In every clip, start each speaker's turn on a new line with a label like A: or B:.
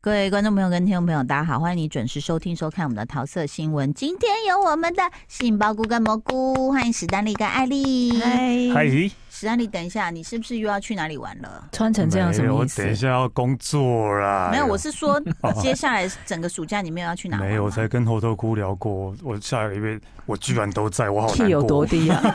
A: 各位观众朋友跟听众朋友，大家好，欢迎你准时收听收看我们的桃色新闻。今天有我们的杏鲍菇跟蘑菇，欢迎史丹利跟艾丽。
B: 嗨，
C: 嗨，
A: 史丹利，等一下，你是不是又要去哪里玩了？
B: 穿成这样什
C: 没有
B: 么
C: 我
B: 意思
C: 等？一下要工作啦。
A: 没有，我是说，呃接下来整个暑假你没有要去哪玩吗？
C: 没有，我才跟猴头菇聊过，我下个礼拜我居然都在，我好
B: 气
C: 难
B: 有多
C: 过，
B: 低啊？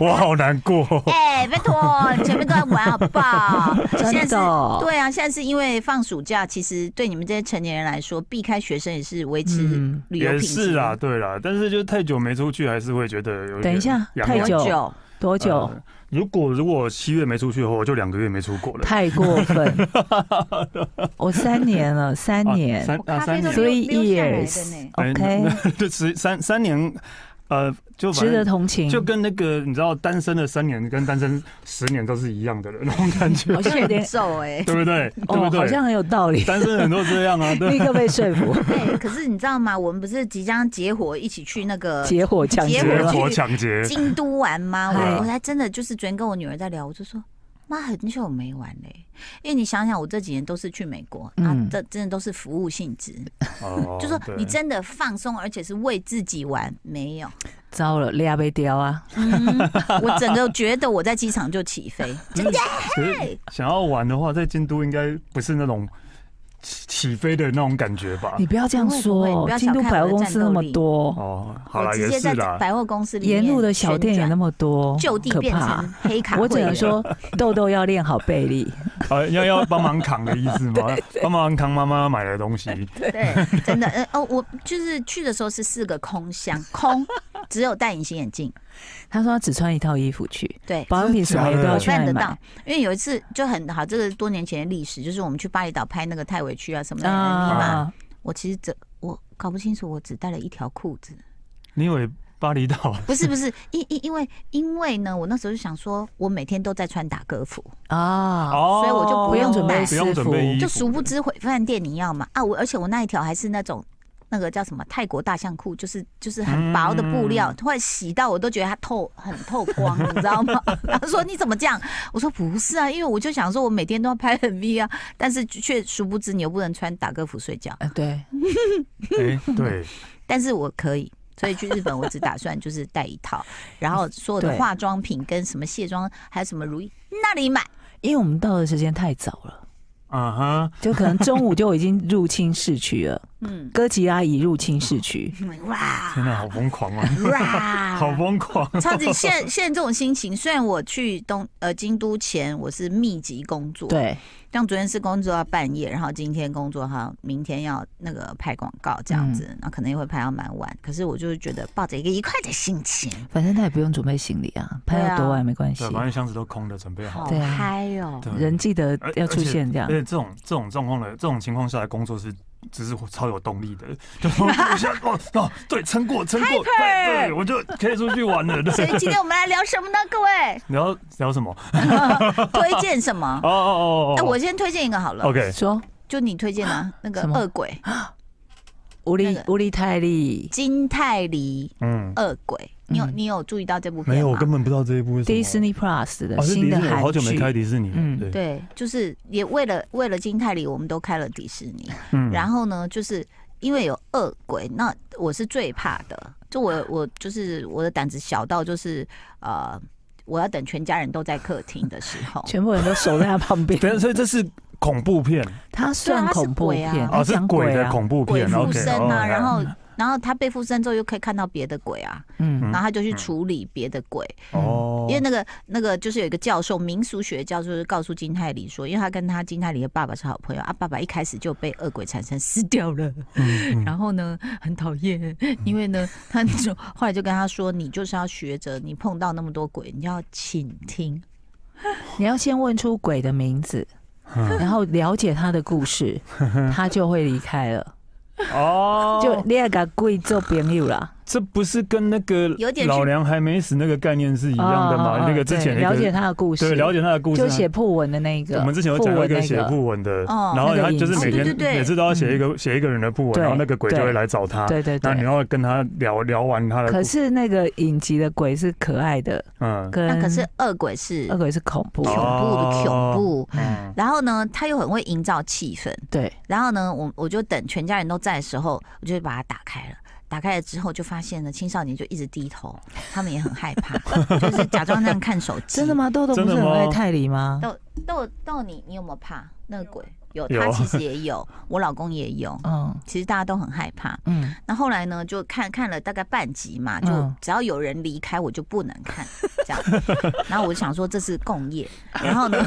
C: 我好难 过。
A: 哎、拜托，你前面都在玩好不 好？
C: 哦
B: 真
A: 现在是
B: 的
A: 对啊，现在是因为放暑假，其实对你们这些成年人来说，避开学生也是维持
B: 嗯
A: 旅游
C: 也
A: 品质、
C: 是啊啦，对啦，但是就太久没出去，还是会觉得有点
B: 等一下
C: 痒
B: 太
C: 痒
B: 久
A: 多久？
B: 多久？
C: 呃如果如果七月没出去的话，我就两个月没出国了。
B: 太过 分！我三年了，三
C: 啊
B: 年
C: 三啊三
B: 都
C: 年，
B: Three 溜下来的 years
A: 呢。
C: 哎
B: ，OK，
C: 就十三三年，呃，就反
B: 值得
C: 正
B: 同情。
C: 就跟那个你知道，单身的三年跟单身十年都是一样的人那种感觉
B: 好，像有点
A: 瘦哎、
C: 对不对？对
B: 哦，
C: 不
B: 好
C: 对？
B: 像很有道理，
C: 单身人都这样啊，对
B: 立刻被说服，
A: 哎，可是你知道吗？我们不是即将结伙一起去那个
B: 结伙抢
A: 结
B: 劫
A: 果
C: 结
B: 了
A: 去。
C: 果抢劫，
A: 京都玩 吗？
C: 对
A: 我
C: 啊
A: 我还真的就是昨天跟我女儿在聊，我就说。妈很久没玩嘞、因为你想想，我这几年都是去美国、啊
B: 嗯，
A: 这真的都是服务性质，
C: 哦
A: 就说
C: 对
A: 你真的放松，而且是为自己玩，没 有。
B: 糟了，俩被叼啊！
A: 嗯，我整个觉得我在机场就起 飞，真的
C: 可是想要玩的话，在京都应该不是那种起起飞的那种感觉吧
A: 嗯
B: 你？不要这样
A: 不会不会不
B: 说
A: 要，
B: 京
A: 小
B: 都
A: 看
B: 百
A: 我
B: 货
A: 的
B: 公
A: 战
B: 司那
A: 斗
B: 么
A: 力
B: 多，
C: 啊哦，好
A: 我
C: 啦，
A: 直
C: 也
A: 接
C: 是
A: 在
C: 啦，
A: 百货公司里面
B: 沿路的小店也那
A: 么
B: 么多，
A: 就地
B: 可
A: 变
B: 怕
A: 成。黑卡会员。
B: 我只能说，豆豆要练好背力。
C: 啊，要要帮忙扛的意 思吗？帮忙扛妈妈买的东西，
A: 对，真的，呃哦，我就是去的时候是四个空箱，空，只有戴隐形眼镜，
B: 他说他只穿一套衣服去，
A: 对。
B: 保养品什么也不要
C: 我
B: 去
A: 办
B: 那
A: 得
B: 里
A: 到
B: 买。，
A: 因为有一次就很好，这个是多年前的历史，就是我们去巴厘岛拍那个泰尾区啊什么的，你
C: 明
A: 嘛
C: 白
B: 啊，
A: 我其实只我搞不清楚，我只带了一条裤子，
C: 你以为巴 厘岛？
A: 不是不是，因因因为因为呢，我那时候就想说，我每天都在穿打歌服，
B: 啊，
C: 哦，
A: 所以我就不
B: 不用准备
C: 不
B: 私
C: 用准备
B: 服
C: 衣服，
A: 就殊不知回饭店你要嘛啊，我而且我那一条还是那种。那个叫什么泰国大象裤，就是就是很薄的布料，会洗到我都觉得它透很透光，你知道吗？ 然后说你怎么这样？我说不是啊，因为我就想说我每天都要拍 MV 啊，但是却殊不知你又不能穿打歌服睡觉，
B: 呃对，
C: 哎，对，
A: 但是我可以，所以去日本我只打算就是带一套，然后所有的
B: 对
A: 化妆品跟什么卸妆还有什么如意那里买。
B: 因为我们到的时间太早了，
C: 嗯哼，
B: 就可能中午就已经入侵市区了，
A: 嗯，
B: 哥吉拉已入侵市区，
A: 哇
C: 天哪， 好疯狂 啊，
A: 哇，
C: 好 疯狂！
A: 超级现 现在这种心情，虽然我去东呃京都前我是密集工作，，
B: 对，
A: 像昨天是工作到半夜，然后今天工作哈，明天要那个拍广告这样子，
C: 嗯
A: 那、可能也会拍到蛮晚，可是我就是觉得抱着一个愉快的心情，
B: 反正他也不用准备行李啊，拍
A: 对
B: 到
A: 啊
B: 多晚没关系
C: 对，，反正箱子都空的，准备好
A: 好。
B: 对啊
A: 嗨哦、
C: 对
B: 人记得
C: 而
B: 要出现这样
C: 哎而且，而且这种这种状况的这种情况下的工作是，只是超有动力的，就说我现在哦哦，对，撑过撑过，对，对我就可以出去玩了。
A: 所
C: 对，
A: 以今天我们来聊什么呢？各 位
C: 你要聊什么？
A: 推荐什么？
C: 哦哦哦哦，
A: 哎、我先推荐一个好了
C: OK，
B: 说
A: 就你推荐的、 啊、那个
B: 什么
A: 恶鬼
B: 无
A: 那
B: 力
A: 个
B: 无力泰
C: 哦
B: 利，
A: 金泰梨
C: 嗯，
A: 恶鬼，你有、
B: 嗯
A: 你有注意到这部片吗？
C: 没有，我根本不知道这一部是什么
B: 迪士尼 Plus 的
C: 哦，是
B: 新
C: 迪
B: 的
C: 士尼，我
B: 韩
C: 好久没开
B: 剧，
C: 迪士尼了。
B: 嗯
C: 对，
A: 对，就是也为了为了金泰梨，我们都开了迪士尼。
C: 嗯
A: 然
C: 后
A: 后呢，就是因为有恶鬼，那我是最怕的。就我我就是我的胆子小到就是呃，我要等全家人都在客厅的时候，
B: 全部人都守在他旁 边，
C: 等下，所以这是恐怖片
B: 他算
A: 对啊他是
B: 恐怖
A: 鬼啊
B: 片，
A: 哦
C: 哦，
B: 他
C: 是
B: 讲
C: 鬼的
B: 啊，
C: 恐怖
A: 鬼
C: 片
A: 附
C: ，OK，哦
A: 身啊，
C: 嗯
A: 然后然后他被附身之后又可以看到别的鬼啊，
B: 嗯
A: 然后他就去处理别的鬼。
C: 哦，
A: 因为那个那个就是有一个教授，民俗学教授就告诉金泰梨说，因为他跟他金泰梨的爸爸是好朋友啊，爸爸一开始就被恶鬼缠身死掉了，
C: 嗯嗯
A: 然后呢很讨厌，因为呢他就后来就跟他说，你就是要学着你碰到那么多鬼，你要倾听，
B: 你要先问出鬼的名字，
C: 嗯
B: 然后了解他的故 事，他就会离开了。
C: 哦，
B: 就你也甲鬼做朋友啦，
C: 这不是跟那个
A: 有点是
C: 老梁还没死那个概念是一样
B: 哦
C: 的
B: 哦
C: 嘛？
B: 哦
C: 那个之前
B: 对
C: 那
B: 了解
C: 个
B: 他的故事，
C: 对了解他的故事
B: 就
C: 啊，
B: 写铺文的那个，
C: 我们之前有讲过一
B: 文那
C: 个写不文的，
A: 哦
C: 然后
B: 那个
C: 他
B: 影
C: 就是
A: 集
C: 每天
A: 哦对对对
C: 每次都要写一个写一个人的不文，
B: 对
C: 然后那个鬼就
B: 对
C: 会来找他，
B: 对对
C: 然后你
B: 对。
C: 要跟他聊聊完他的故
B: 可
C: 事，
B: 是那个影集的鬼是可爱的，
C: 嗯
B: 跟
A: 那可是恶鬼是
B: 恶鬼是恐怖
A: 恐
B: 的，
A: 怖的
C: 哦
A: 恐怖。
C: 嗯，
A: 然后呢，他又很会营造气氛。
B: 对，
A: 然后呢，我我就等全家人都在的时候，我就把它打开了。打开了之后，就发现呢，青少年就一直低头，他们也很害 怕，就是假装那样看手机。
B: 真的？吗？豆豆不是
C: 真的
B: 很
C: 吗
B: 爱泰理吗？
A: 豆豆豆，你你有没有怕那个鬼？有，
C: 有
A: 他其 实也有，我老公也有。
B: 嗯
A: 其实大家都很害怕。
B: 嗯，
A: 那后来呢，就看看了大概半集嘛，就
B: 嗯
A: 只要有人离开，我就不能看这样。 然后我就想说这是共业，然后呢，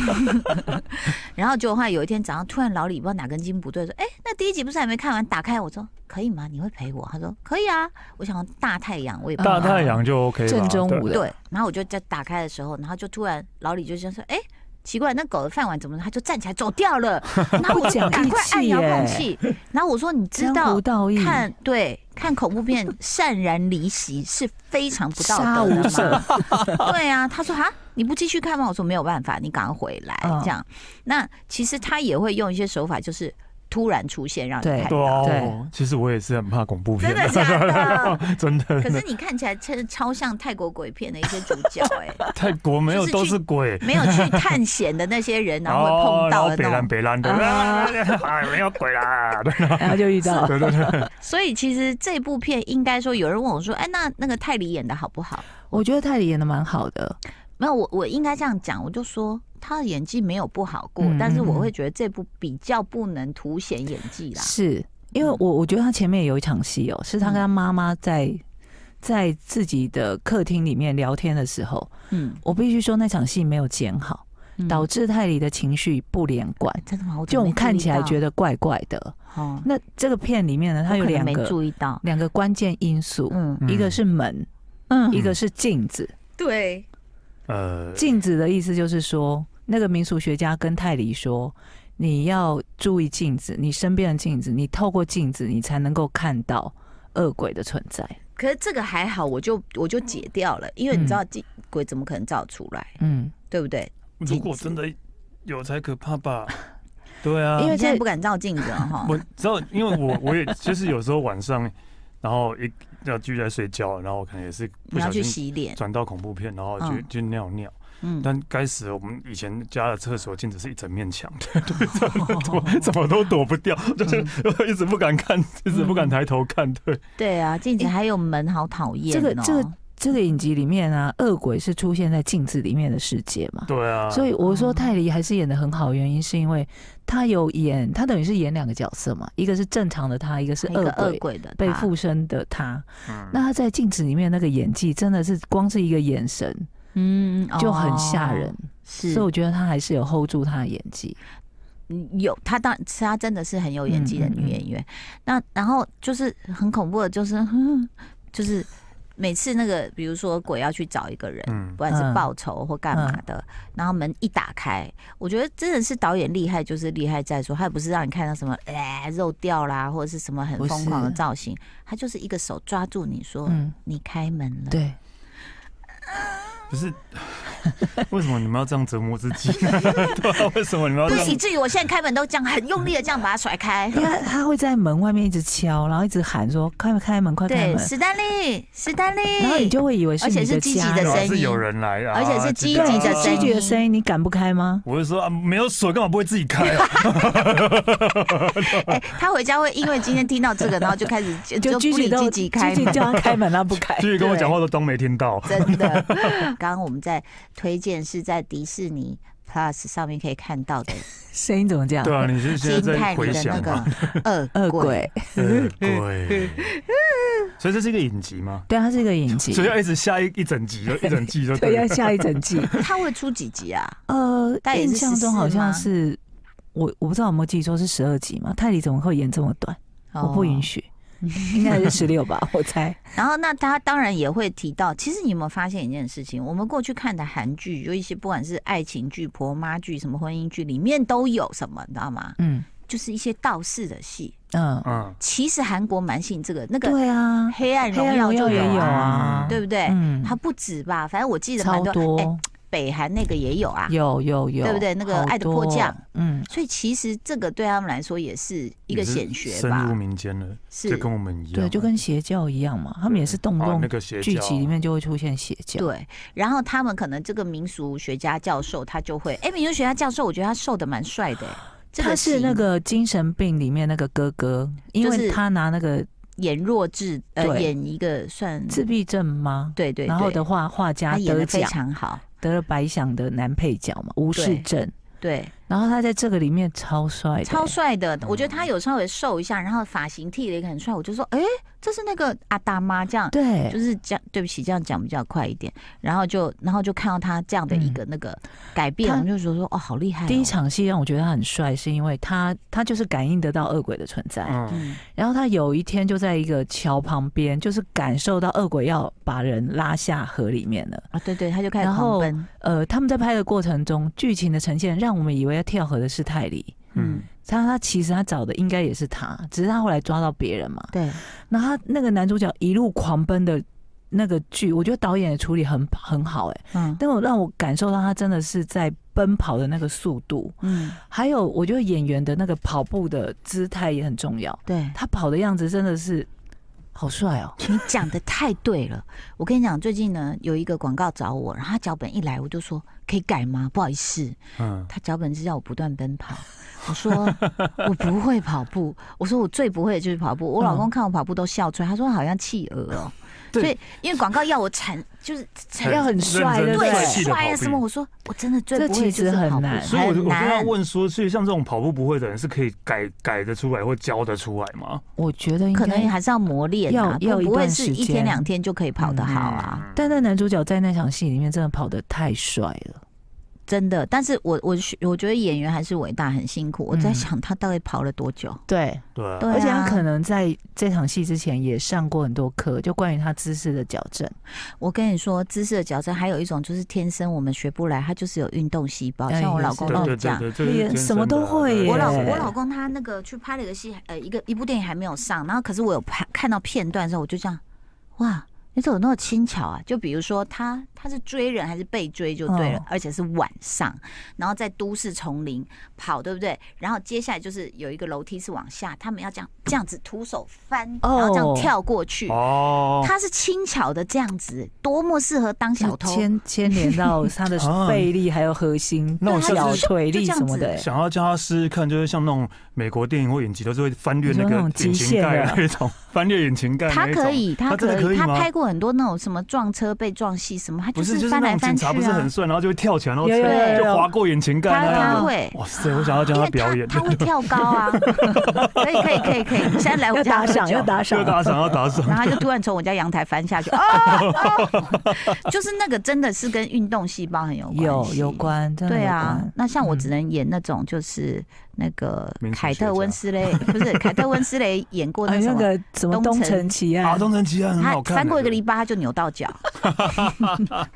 A: 然后就后来有一天早上突然老李不知道哪根筋不对，说：“哎、那第一集不是还没看完？”打开我说：“可以吗？你会陪我？”他说：“可以啊。”我想大太阳，我也不
C: 大
A: 知道
C: 太阳就 OK 吧
B: 正中午的，
A: 对，然后我就在打开的时候，然后就突然老李就先说：“哎、奇怪，那狗的饭碗怎么了？”他就站起来走掉 了。然后我就
B: 不讲
A: 赶
B: 义
A: 快按
B: 气
A: 遥控
B: 耶
A: 器，然后我说：“你知
B: 江
A: 道
B: 湖道义，
A: 看对看恐怖 片潸然离席是非常不道
B: 杀
A: 德
B: 无
A: 的
B: 赦
A: 嘛。 对啊，他说哈，你不继续看吗？我说没有办法，你赶快回来
B: 嗯
A: 这样。那其实他也会用一些手法，就是突然出现让你
B: 对
A: 看
C: 对
A: 到。
B: 对
C: 哦，其实我也是很怕恐怖片 啊
A: 真的假的
C: 真的
A: 可是你看起来真的超像泰国鬼片的一些主 角哎、
C: 泰国没有
A: 就是去
C: 都是鬼，
A: 没有去探险的那些人，然后会
C: 哦
A: 碰
C: 然
A: 到
C: 后
A: 的
C: 北
A: 那
C: 兰
A: 种。
C: 北兰的，
B: 啊
C: 哎没有鬼啦，对 啊
B: 然后就遇 到了。
C: 对对对，
A: 所以其实这部片应该说，有人问我说：“哎，那那个泰里演的好不好
B: 我觉得泰理演的蛮好的，？”
A: 没有，我我应该这样讲，我就说他的演技没有不好过，
B: 嗯
A: 但是我会觉得这部比较不能凸显演技啦。嗯
B: 是因为我我觉得他前面有一场戏哦，是他跟他妈妈
A: 嗯
B: 在在自己的客厅里面聊天的时候，
A: 嗯，
B: 我必须说那场戏没有剪好，
A: 嗯
B: 导致泰理的情绪不连贯，
A: 真的吗？我
B: 就我们看起来觉
A: 得，
B: 得怪怪的。
A: 哦，
B: 那这个片里面呢，它有
A: 我可能
B: 两
A: 没
B: 个
A: 注意到。
B: 两个关键因素，
A: 嗯
C: 嗯
B: 一个是门，
A: 嗯，
B: 一个是镜子。
A: 对，
C: 呃，
B: 镜子的意思就是说，那个民俗学家跟泰里说，你要注意镜子，你身边的镜子，你透过镜子，你才能够看到恶鬼的存在。
A: 可是这个还好，我就我就解掉了，因为你
B: 嗯
A: 知道，这鬼怎么可能造出来，
B: 嗯，
A: 对不对？
C: 如果真的有才可怕吧？对啊，
B: 因为
A: 你现在
B: 这
A: 不敢照镜子 了哈。
C: 我知道，因为我我也就是有时候晚上，然后一要聚在睡觉，然后我可能也是不
A: 你要
C: 小
A: 去
C: 心
A: 洗脸，
C: 转到恐怖片，然后去、
A: 嗯
C: 去尿尿。
A: 嗯，
C: 但该死的，我们以前家的厕所镜子是一整面墙，对对，怎么怎么都躲不掉，就是我一直不敢看，一直不敢抬头看，对，
A: 对啊，镜子还有门，好讨厌、哦
B: 这个这个这个影集里面啊，恶鬼是出现在镜子里面的世界嘛？
C: 对啊，
B: 所以我说
A: 哦
B: 泰里还是演的很好，原因是因为他有演，他等于是演两个角色嘛，一个是正常的他，一个是
A: 一
B: 恶
A: 个恶
B: 鬼
A: 鬼的
B: 被
A: 他
B: 附身的他。
C: 嗯
B: 那他在镜子里面那个演技，真的是光是一个眼神
A: 嗯
B: 就很吓人。
A: 哦是
B: 所以我觉得她还是有 hold 住她的演技。
A: 嗯有她当她真的是很有演技的
B: 嗯嗯
A: 女演员。那然后就是很恐怖的，就是 就是每次那个比如说鬼要去找一个人。
C: 嗯
A: 不，管是
B: 嗯
A: 报仇或干嘛的，然后门一打开，我觉得真的是导演厉害，就是厉害在说，他也不是让你看到什么哎、肉掉啦，或者是什么很
B: 不是
A: 疯狂的造型，他就是一个手抓住你说、
B: 嗯，
A: 你开门了，
B: 对，
C: 不是， 为什么你们要这样折磨自己呢？ 对啊，为什么你们要
A: 不
C: 这
A: 是以
C: 样？
A: 至于我现在开门都这样很用力的这样把它甩开。
B: 因为她会在门外面一直敲，然后一直喊说：“快开门，快开
A: 对，
B: 门
A: 史丹利，史丹利，
B: 然后你就会以为
A: 而且
B: 你
A: 是
B: 的
A: 积极
B: 家
A: 的
B: 人
A: 声音
C: 是有人来啊，
A: 而且是积
B: 对
A: 极的
B: 是
A: 声
B: 积
A: 音
B: 极的声音，你敢不开吗？
C: 我就说啊，没有锁，干嘛不会自己开 啊？
A: 哎、他回家会因为今天听到这个，然后就开始就 就
B: 继
A: 不理
B: 续都
A: 积极开
B: 继
A: 门
B: 续。叫她开门，她不
C: 。
B: 开
C: 继续跟我讲话都当没听到。
A: 真的，刚刚我们在推荐是在迪士尼 Plus 上面可以看到的
B: 声音怎么讲？
C: 对啊，你是
A: 金
C: 现在在
A: 泰
C: 回
A: 里的那
C: 想吗？
A: 个
B: 恶
A: 恶鬼，，
B: 鬼
C: 对，所以这是一个影集吗？
B: 对，它是一个影集
C: 所，以要一直下一一整集，就一整季 就
B: 对，
C: 对
B: 要
C: 了。
B: 下一整 季。
A: 他会出几集啊？
B: 呃
A: 但，也
B: 印
A: 是
B: 象中
A: 14
B: 好像
A: 吗
B: 是我，我不知道有没有记错是十二集嘛？泰里怎么会演这么短？我不允
A: 许。
B: 许，应该是十六吧，我猜。
A: 哦然后，那他当然也会提到，其实你有没有发现一件事情？我们过去看的韩剧，有一些不管是爱情剧、婆妈剧、什么婚姻剧，里面都有什么，你知道吗？
B: 嗯，
A: 就是一些道士的戏。
B: 嗯，
C: 嗯，
A: 其实韩国蛮信这个，那个
B: 对啊，
A: 黑暗
B: 黑
A: 荣
B: 暗
A: 耀
B: 荣
A: 就
B: 耀也
A: 有
B: 有
A: 啊，
B: 啊，
A: 对不对？
B: 嗯
A: 它不止吧，反正我记得蛮
B: 超
A: 多。哎
B: 多，
A: 北韩那个也有啊。
B: 有有有，
A: 对不对那个
B: 好
A: 爱的迫
B: 多
A: 降，
B: 嗯，
A: 所以其实这个对他们来说也是一个
C: 你是
A: 显学
C: 深入
A: 吧，
C: 民间了，
A: 是
C: 就跟我们一样，
B: 对，就跟邪教一样嘛，他们也是动不
C: 啊
B: 动
C: 那个邪
B: 剧
C: 教
B: 集里面就会出现邪教，
A: 对。然后他们可能这个民俗学家教授他就会，哎，民俗学家教授，我觉得他瘦的蛮帅的、哎这
B: 他
A: 个
B: 是那
A: 型
B: 个精神病里面那个哥哥，因
A: 就
B: 为
A: 是
B: 他拿那个
A: 演弱智，呃，
B: 对
A: 演一个算
B: 自闭症吗？
A: 对对，
B: 然后
A: 对
B: 的话，画家
A: 他演
B: 得
A: 的非
B: 奖，
A: 常好，
B: 得了百想的男配角嘛，吴世
A: 对
B: 正。
A: 对，
B: 然后他在这个里面超帅的，欸
A: 超帅的。我觉得
B: 嗯
A: 他有稍微瘦一下，然后发型剃了一个很帅，我就说，哎，这是那个阿大妈这样。就
B: 对，
A: 是这样，对不起，这样讲比较快一点。然后就，然后就看到他这样的一个那个改变，
B: 嗯他
A: 我就觉得说，哦，好厉害、哦。
B: 第一，场戏让我觉得他很帅，是因为他他就是感应得到恶鬼的存在。
C: 嗯，
A: 嗯，
B: 然后他有一天就在一个桥旁边，就是感受到恶鬼要把人拉下河里面了。
A: 啊，对对，他就开始
B: 然后
A: 狂奔，
B: 呃，他们在拍的过程中，剧情的呈现让我们以为要跳河的是泰里，
A: 嗯
C: 嗯，
B: 他他其实他找的应该也是他，只是他后来抓到别人嘛。
A: 对，
B: 那他那个男主角一路狂奔的那个剧，我觉得导演的处理很很好哎、
A: 嗯
B: 但我让我感受到他真的是在奔跑的那个速度，
A: 嗯，
B: 还有我觉得演员的那个跑步的姿态也很重要。
A: 对，
B: 他跑的样子真的是好帅哦，
A: 你讲的太对了。我跟你讲，最近呢有一个广告找我，然后他脚本一来，我就说可以改吗？不好意思，
C: 嗯，
A: 他脚本是要我不断奔跑。我 说我不会跑步，我说我最不会的就是跑步。我
B: 嗯
A: 老公看我跑步都笑出来，他说好像企鹅哦。
C: 对
A: 所以因为广告要我产就是
C: 很
A: 产
B: 要很帅
C: 认
B: 对
C: 真
B: 不对
C: 帅气
A: 对
C: 地跑
A: 帅啊
C: 步
A: 什么，我说我真的最不会
B: 这其
A: 就是
B: 实很
A: 跑步
B: 难
C: 所以我就
A: 很
C: 我就要
A: 难。
C: 问说，所以像这种跑步不会的人，是可以改改得出来或教得出来吗？
B: 我觉得应
A: 可能
B: 该。
A: 还是要磨练啊，
B: 要要
A: 不
B: 一
A: 不会
B: 段
A: 是
B: 时
A: 一天
B: 间
A: 两天就可以跑得好啊。
C: 嗯，
B: 但那男主角在那场戏里面真的跑得太帅了，
A: 真的，但是我我是我觉得演员还是伟大，很辛苦。我在
B: 嗯
A: 想他到底跑了多久？
B: 对，
C: 对啊，
A: 对啊
B: 而且他可能在这场戏之前也上过很多课，就关于他姿势的矫正。
A: 我跟你说，姿势的矫正还有一种就是天生我们学不来，他就是有运动细胞，
B: 哎
A: 像我
B: 也
A: 老
B: 是
A: 公
C: 对
A: 都
C: 对
A: 这
C: 对
A: 样。
C: 对，这是
B: 也
C: 天生
B: 什么都
C: 的哎
B: 会
C: 对
B: 耶
A: 我老
B: 对
A: 我老公他那个去拍了一个戏，呃，一个一部电影还没有上，然后可是我有拍看到片段的时候，我就这样，哇，你怎么那么轻巧啊？就比如说他他是追人还是被追就对了，
B: 嗯
A: 而且是晚上，然后在都市丛林跑，对不对？然后接下来就是有一个楼梯是往下，他们要这样这样子徒手翻，然后这样
B: 哦
A: 跳过去。
C: 哦，
A: 他是轻巧的这样子，多么适合当小偷。
B: 牵牵连 到他的
C: 啊
B: 背力，还有核心、
C: 那我下次
B: 脚、
A: 就
B: 腿力
A: 就这样
B: 什么的、欸
C: 想要叫他试试看，就是像那种美国电影或影集，都是会翻越
B: 你
C: 那个
B: 说那种
C: 引
B: 极
C: 擎
B: 限
C: 盖啊
B: 的
C: 那种，翻越 引擎盖那
A: 他
C: 一种。
A: 可以，他
C: 他真的
A: 可以，
C: 可以
A: 他
C: 吗
A: 拍过很多那种什么撞车被撞戏什么，他
C: 不
A: 就是
C: 就是
A: 翻
C: 那
A: 来
C: 种
A: 翻
C: 警
A: 去
C: 察
A: 啊。
C: 不是很顺，然后就会跳起来，然后
B: 有有
A: 对
B: 有
C: 就
B: 有
C: 划过眼前盖
A: 他
C: 那样
A: 他
C: 的。
A: 会，
C: 哇塞！我想要叫
A: 因
C: 他
A: 为
C: 表演，
A: 他会跳高 啊，可以可以可以可以，现在 来我
B: 要
A: 家
B: 打
A: 喝
B: 赏，
A: 酒
B: 要。打赏
C: 要，打赏，要打赏。
A: 然后他就突然从我家阳台翻下去，啊，啊 就是那个真的是跟运动细胞很有关
B: 有
A: 系
B: 有。关，真的
A: 对
B: 有
A: 啊
B: 关，
A: 那像我
B: 嗯
A: 只能演那种就是那个
C: 民俗
A: 凯
C: 学家
A: 特温斯雷，不是凯特温斯雷演过
B: 啊，
A: 那什
B: 那
A: 么，
B: 个什么
A: 东
B: 东
A: 城
B: 城奇
C: 啊，
B: 案，
C: 东城奇案 很
A: 他
C: 好看欸。
A: 翻过一个篱笆他就扭到 脚，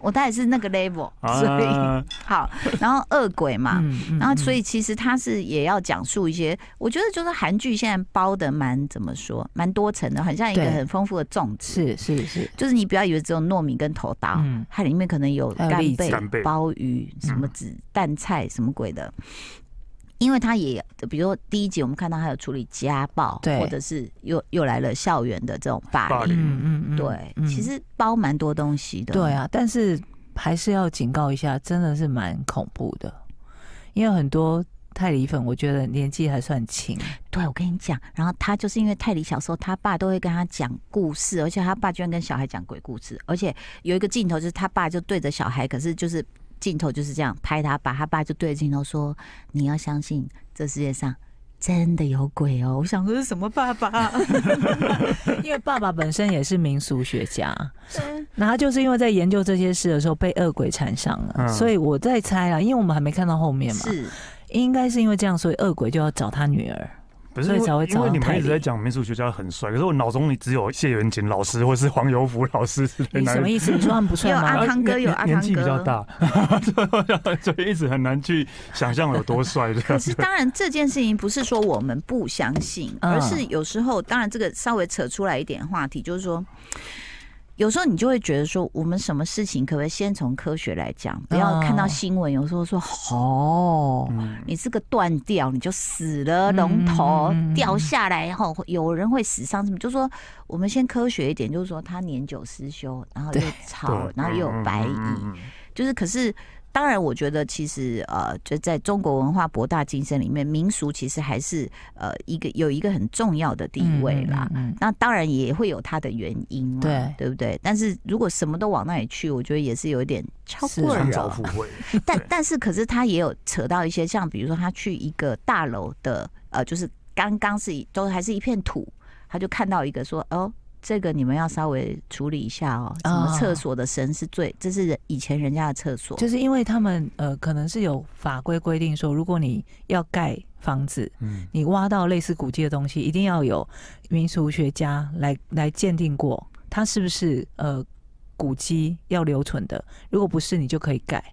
A: 我大概是那个 level，所以
C: 啊，
A: 好，然后恶鬼嘛，
B: 嗯，嗯
A: 然后，啊所
B: 嗯
A: 以其实他是也要讲述一些，我觉得就是韩剧现在包的蛮怎么说，蛮多层的，很像一个
B: 对
A: 很丰富的粽子。
B: 是是是，
A: 就是你不要以为只有糯米跟头刀，
B: 嗯
A: 它里面可能有
B: 还有
A: 干
B: 栗子
A: 贝
C: 干、贝
A: 鲍鱼、什么子
B: 嗯
A: 蛋菜、什么鬼的。因为它也，比如说第一集我们看到它有处理家暴，
B: 对
A: 或者是又又来了校园的这种霸
C: 霸
A: 凌，
C: 凌
B: 嗯嗯嗯，
A: 对，
B: 嗯
A: 其实包蛮多东西的。
B: 对，啊，但是还是要警告一下，真的是蛮恐怖的，因为很多泰迪粉，我觉得年纪还 算轻，
A: 对，我跟你讲，然后他就是因为泰迪小时候，他爸都会跟他讲故事，而且他爸居然跟小孩讲鬼故事，而且有一个镜头就是他爸就对着小孩，可是就是镜头就是这样拍他爸，他爸就对着镜头说：“你要相信这世界上真的有鬼哦。”我想说是什么爸爸？
B: 因为爸爸本身也是民俗学家，
A: 对
B: 那他就是因为在研究这些事的时候被恶鬼缠上了，
C: 嗯
B: 所以我在猜啦，因为我们还没看到后面嘛，
A: 是
B: 应该是因为这样，所以恶鬼就要找他女儿，
C: 可是
B: 所以
C: 因
B: 才会
C: 为因为
B: 找
C: 你
B: 泰
C: 们一直在
B: 迪
C: 讲民俗学家很帅，可是我脑中里只有谢元锦老师或是黄有福老师很
B: 你什
C: 难
B: 么。意思？你说他们不帅
A: 有
B: 吗？嗯
A: 阿汤哥
C: 年
A: 有阿
C: 年
A: 汤
C: 纪比较
A: 哥
C: 大， 所以一直很难去想象有多帅这
A: 可
C: 样
A: 是
C: 子。
A: 当然这件事情不是说我们不相信，
B: 嗯
A: 而是有时候当然这个稍微扯出来一点话题，就是说。有时候你就会觉得说，我们什么事情可不可以先从科学来讲，不要看
B: 嗯
A: 到新闻，有时候说哦，
C: 嗯，
A: 你这个断掉你就死了，
B: 嗯
A: 龙头
B: 嗯嗯嗯
A: 掉下来后，有人会死伤什么？就说我们先科学一点，就是说他年久失修，然后又
B: 对
A: 潮
C: 对，
A: 然后又有白蚁，
C: 嗯嗯嗯
A: 就是可是。当然，我觉得其实呃，就在中国文化博大精深里面，民俗其实还是呃一个有一个很重要的地位啦。
B: 嗯，嗯嗯
A: 那当然也会有它的原因嘛，
B: 对
A: 对不对？但是如果什么都往那里去，我觉得也是有一点超
B: 是
A: 过
C: 穿
A: 了
C: 凿。附会，
A: 但
C: 对
A: 但是，可是他也有扯到一些，像比如说他去一个大楼的，呃，就是刚刚是一都还是一片土，他就看到一个说，哦，这个你们要稍微处理一下哦，什么
B: 哦
A: 厕所的神是最，这是人以前人家的厕所，
B: 就是因为他们呃，可能是有法规规定说，如果你要盖房子，
C: 嗯，
B: 你挖到类似古迹的东西，一定要有民俗学家来来鉴定过，它是不是呃古迹要留存的。如果不是，你就可以改。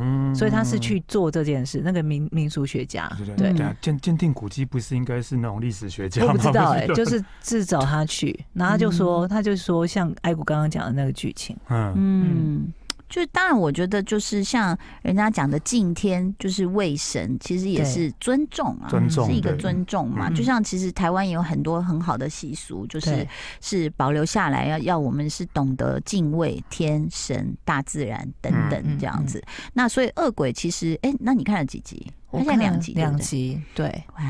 C: 嗯
B: 所以他是去做这件事，那个民民俗学家
C: 对
B: 对
C: 对嗯对，等。下鉴鉴定古迹不是应该是那种历史学家
B: 我
C: 吗？
B: 不知道哎、
A: 欸
C: 哎，
B: 就是自找他去，然后他就说，他就说像艾谷刚刚讲的那个剧情，
C: 嗯，
A: 嗯。就是当然，我觉得就是像人家讲的敬天，就是畏神，其实也
B: 对
A: 是尊重啊，
C: 尊重
A: 是一个
C: 对
A: 尊重嘛。
C: 嗯
A: 就像其实台湾也有很多很好的习俗，就是
B: 对
A: 是保留下来，要要我们是懂得敬畏天神、大自然等
B: 嗯
A: 等
B: 嗯
A: 这样子。那所以恶鬼其实，哎、那你看了几集？
B: 我
A: 它现在
B: 看
A: 两集，对不
B: 两
A: 对。
B: 集，对
A: 哇，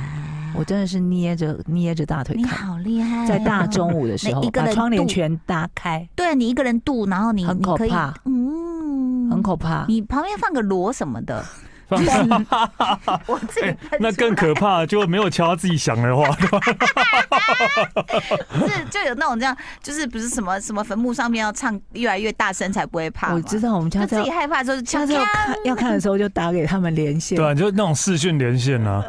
B: 我真的是捏着捏着大腿
A: 你
B: 看，
A: 好厉害、啊
B: 在大。中午的时
A: 每
B: 候
A: 一个
B: 把
A: 人
B: 窗帘
A: 度
B: 全打开，
A: 对你一个人度，然后你
B: 很
A: 你
B: 可
A: 可以
B: 怕，
A: 嗯，
B: 很可怕。
A: 你旁边放个锣什么的， 我自己喷
C: 那
A: 出
C: 更
A: 来
C: 可怕，就没有敲他自己想的话，
A: 是就有那种这样，就是不是什么什么坟墓上面要唱越来越大声才不会怕嘛
B: 我知道我们
A: 就
B: 下次
A: 啊自
B: 要
A: 己害怕的时候就
B: 下
A: 敲
B: 次要
A: 敲，
B: 看要看的时候就打给他们连线
C: 对，啊，就那种视讯连线 啊，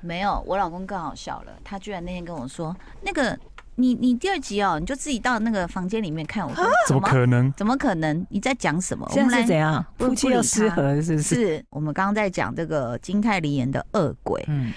A: 没有，我老公更好笑了，他居然那天跟我说，那个你你第二集哦，你就自己到那个房间里面看，我说
C: 怎么可能？
A: 怎么可能？你在讲什么？我
B: 啊现
A: 们
B: 在是怎
A: 来
B: 样？
A: 不
B: 夫妻
A: 不理
B: 要失
A: 他
B: 和是不是？
A: 是我们刚刚在讲这个金泰梨演的恶鬼，
B: 嗯，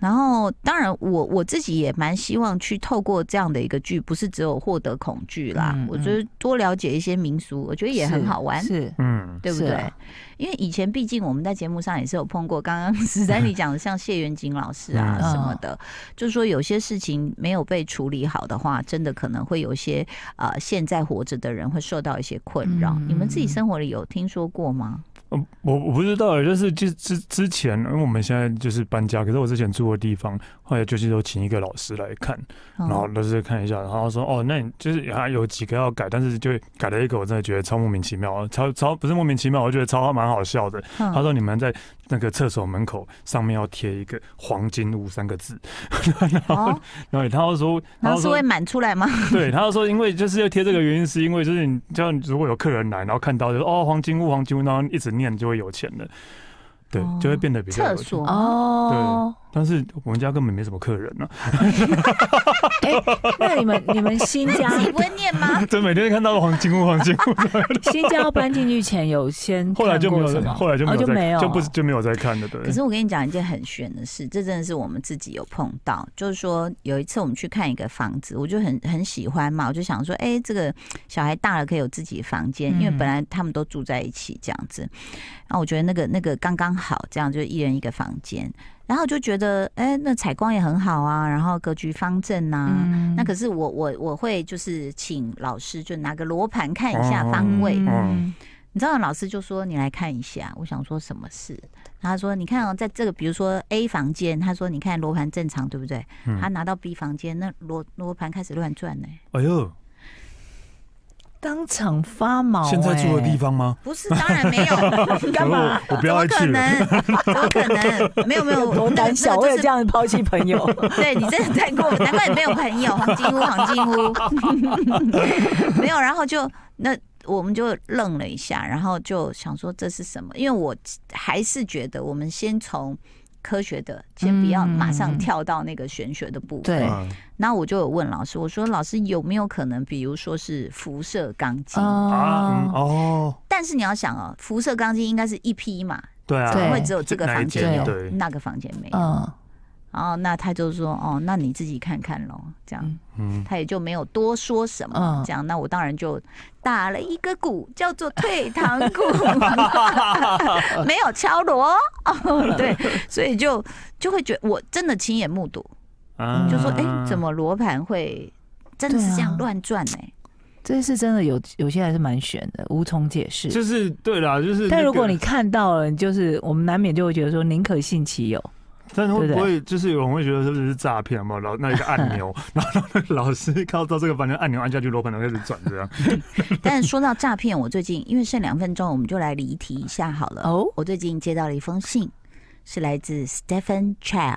A: 然后，当然我，我自己也蛮希望去透过这样的一个剧，不是只有获得恐惧啦，
B: 嗯嗯
A: 我觉得多了解一些民俗，我觉得也很
B: 是
A: 好玩，
B: 是
C: 嗯，
A: 对不
B: 是
A: 对？
B: 啊
A: 因为以前毕竟我们在节目上也是有碰过，刚刚 史丹利讲的，像谢元景老师啊
B: 嗯
A: 什么的，就是说有些事情没有被处理好的话，真的可能会有一些呃现在活着的人会受到一些困扰。
B: 嗯嗯
A: 你们自己生活里有听说过吗？
C: 呃我我不知道，就是之之之前，因为我们现在就是搬家，可是我之前住的地方，后来就是有请一个老师来看，
A: 嗯
C: 然后老师看一下，然后说哦，那你就是还有几个要改，但是就改了一个，我真的觉得超莫名其妙，超超不是莫名其妙，我觉得超蛮好笑的。
A: 嗯
C: 他说你们在那个厕所门口上面要贴一个“黄金屋”三个字，
A: 哦，
C: 然后他就说，
A: 然
C: 他
A: 后
C: 就是说
A: 会，满出来吗？
C: 对，他就说，因为就是要贴这个原因，是因为就是你这样，如果有客人来，然后看到就说哦，黄金屋，黄金屋，然后一直念就会有钱了，对
A: 哦，
C: 就会变得比较
A: 厕
C: 有钱。
A: 所吗
B: 哦，
C: 但是我们家根本没什么客人啊呢、
B: 那你们你们新 家
A: 自己不会念吗？
C: 就每天看到黄金屋，黄金屋，
B: 新家要搬进去前有先
C: 后来就没
B: 看过
C: 有
B: 什，么
C: 后来就没
B: 哦
C: 有
B: 就
C: 再，
B: 没有
C: 就不是就没有再看了，对
A: 可。是我跟你讲一件很悬的事，这真的是我们自己有碰到。就是说，有一次我们去看一个房子，我就很很喜欢嘛，我就想说，哎、这个小孩大了可以有自己的房间，因为
B: 嗯
A: 本来他们都住在一起这样子。然后我觉得那个那个刚刚好，这样就一人一个房间。然后我就觉得，哎、那采光也很好啊，然后格局方正啊。
B: 嗯
A: 那可是我我我会就是请老师就拿个罗盘看一
B: 哦
A: 下方位，
C: 嗯
A: 你知道老师就说你来看一下，我想说什么事？然后他说你看哦，在这个比如说 A 房间，他说你看罗盘正常对不对？
C: 嗯
A: 他拿到 B 房间，那罗罗盘开始乱转呢、
C: 哎呦，
B: 当场发毛、
C: 现在住的地
B: 方
C: 方哦吗？
A: 不是，当然没有，
B: 干嘛？
C: 我不要再
A: 怎么可
C: 去了。
A: 能？怎么可能？没有没 有，
B: 多 胆小，
A: 那
B: 为
A: 个就
B: 了这
A: 是
B: 样抛弃 朋友，
A: 对你真的太过分，难怪你没有朋友。黄金屋，黄金 屋，没有。然后就那我们就愣了一下，然后就想说这是什么？因为我还是觉得我们先从科学的，先不要
B: 嗯
A: 马上跳到那个玄学的部分。
B: 对
C: 嗯
A: 那我就有问老师，我说老师有没有可能，比如说是辐射钢筋？
C: 啊嗯
B: 哦，
C: 哦，
A: 但是你要想哦，辐射钢筋应该是一批嘛，
C: 对啊，
A: 怎么
B: 对
A: 会只有这个
C: 那一
A: 房
C: 间
A: 间有，
C: 对
A: 那个房间没有？
B: 嗯，
A: 然后那他就说哦，那你自己看看咯，这样。
B: 嗯
C: 嗯，
A: 他也就没有多说什么
B: 嗯，
A: 这样，那我当然就打了一个鼓，叫做退堂鼓， 没有敲锣，哦，对，所以就就会觉得我真的亲眼目睹，
C: 啊
A: 就说哎、怎？么罗盘会真的是这样
B: 嗯对啊
A: 乱转呢？
B: 这是真的有有些还是蛮悬的，无从解释。
D: 就是对啦，就是、
B: 但如果你看到了，你就是我们难免就会觉得说，宁可信其有。
C: 但是会
B: 对
C: 不
B: 不
C: 会就是有人会觉得是不是诈骗嘛？然后那一个按钮，然后 那个老师靠到这个反正按钮按下去，罗盘就开始转这样。
A: 但是说到诈骗，我最近因为剩两分钟，我们就来离题一下好了。
B: 哦
A: 我最近接到了一封信，是来自 Stephen Chow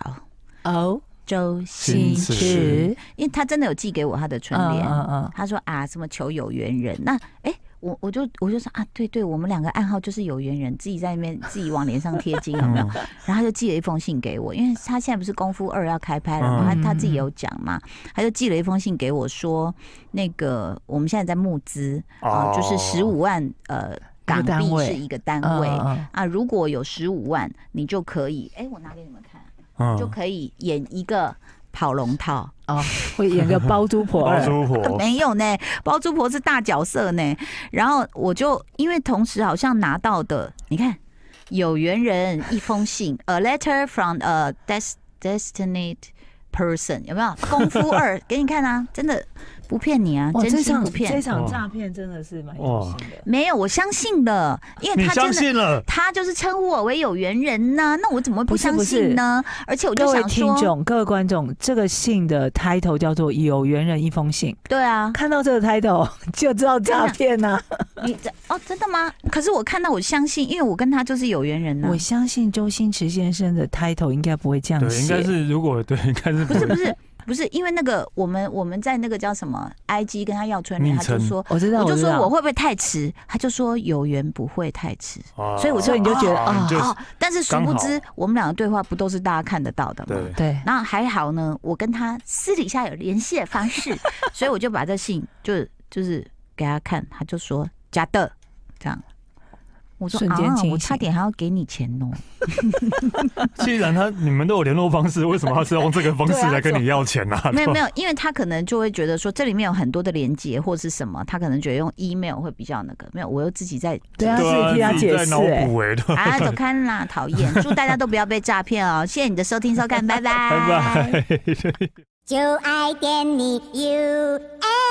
B: 哦，
A: 周
C: 星
A: 星
C: 驰
A: 驰，因为他真的有寄给我他的春联。
B: 嗯
A: 他说啊，什么求有缘人？那哎、我我就我就说啊，对对，我们两个暗号就是有缘人，自己在那边 自己往脸上贴金，有
B: 嗯
A: 没有？然后他就寄了一封信给我，因为他现在不是《功夫二》要开拍了嘛，
B: 嗯
A: 他他自己有讲嘛，他就寄了一封信给我说，那个我们现在在募资啊、
C: 哦
A: 就是十五万呃港
B: 单
A: 币
B: 位
A: 是一个单
B: 嗯
A: 位。
B: 嗯
A: 啊，如果有十五万，你就可以，哎、我拿给你们看，
C: 嗯
A: 就可以演一个跑龙套。
B: 哦，会演个包租婆，
C: 包租
B: 哦
C: 婆，
A: 没有呢，包租婆是大角色呢。然后我就因为同时好像拿到的，你看，有缘人一封信，a letter from a des destined person，有没有？功夫二 给你看啊，真的不骗你啊，
B: 哇，
A: 真
B: 这
A: 心
B: 场
A: 不
B: 这
A: 骗。
C: 哦
B: 场诈骗真的是蛮有心的。
A: 没有，我相信的，因为
C: 你
A: 他真
C: 相
A: 的。
C: 信了？
A: 他就是称呼我为有缘人呢、那我怎么会不
B: 不是
A: 相
B: 不是
A: 信呢？而且我就
B: 各位
A: 想
B: 听
A: 说，
B: 众、各位观众，这个信的 title 叫做“有缘人一封信
A: 对啊”，，
B: 看到这个 title 就知道诈骗啊呐、
A: 你这哦，真的吗？可是我看到我相信，因为我跟他就是有缘人呢、
B: 我相信周星驰先生的 title 应该不会这样
C: 对，应
B: 写，
C: 该是如果对，应该是
A: 不是不是不是，因为那个我们我们在那个叫什么 IG 跟他要春联，
C: 昵
A: 他就
C: 称
A: 说，
B: 我知道，
A: 我就
B: 知
A: 说
B: 道
A: 我会不会太迟？他就说有缘不会太迟。
C: 哦
A: 所以我
B: 所以你就觉得
C: 哦
B: 啊
C: 你就是
A: 哦，但是殊不
C: 刚好
A: 知我们两个对话不都是大家看得到的吗？
C: 对，
B: 对，
A: 然后还好呢，我跟他私底下有联系的方 式，所以我就把这信就就是给他看，他就说假的，这样。我说
B: 瞬间
A: 啊，
B: 清
A: 我差
B: 醒
A: 点还要给你钱哦。
C: 既然他你们都有联络方式，为什么他是用这个方式
B: 对啊
C: 来跟你要钱呢？
A: 没有没有，因为他可能就会觉得说这里面有很多的连接或是什么，他可能觉得用 email 会比较那个。没有，我又自己在
B: 对啊，
C: 对
B: 自己替
C: 啊，
B: 他
C: 自己
B: 解
C: 在
B: 释、
C: 脑
B: 哎
C: 补哎，对
A: 啊，走开啦，讨厌！祝大家都不要被诈骗哦！谢谢你的收 听收看，拜拜。
C: 拜拜。
E: 就爱点你 UFO。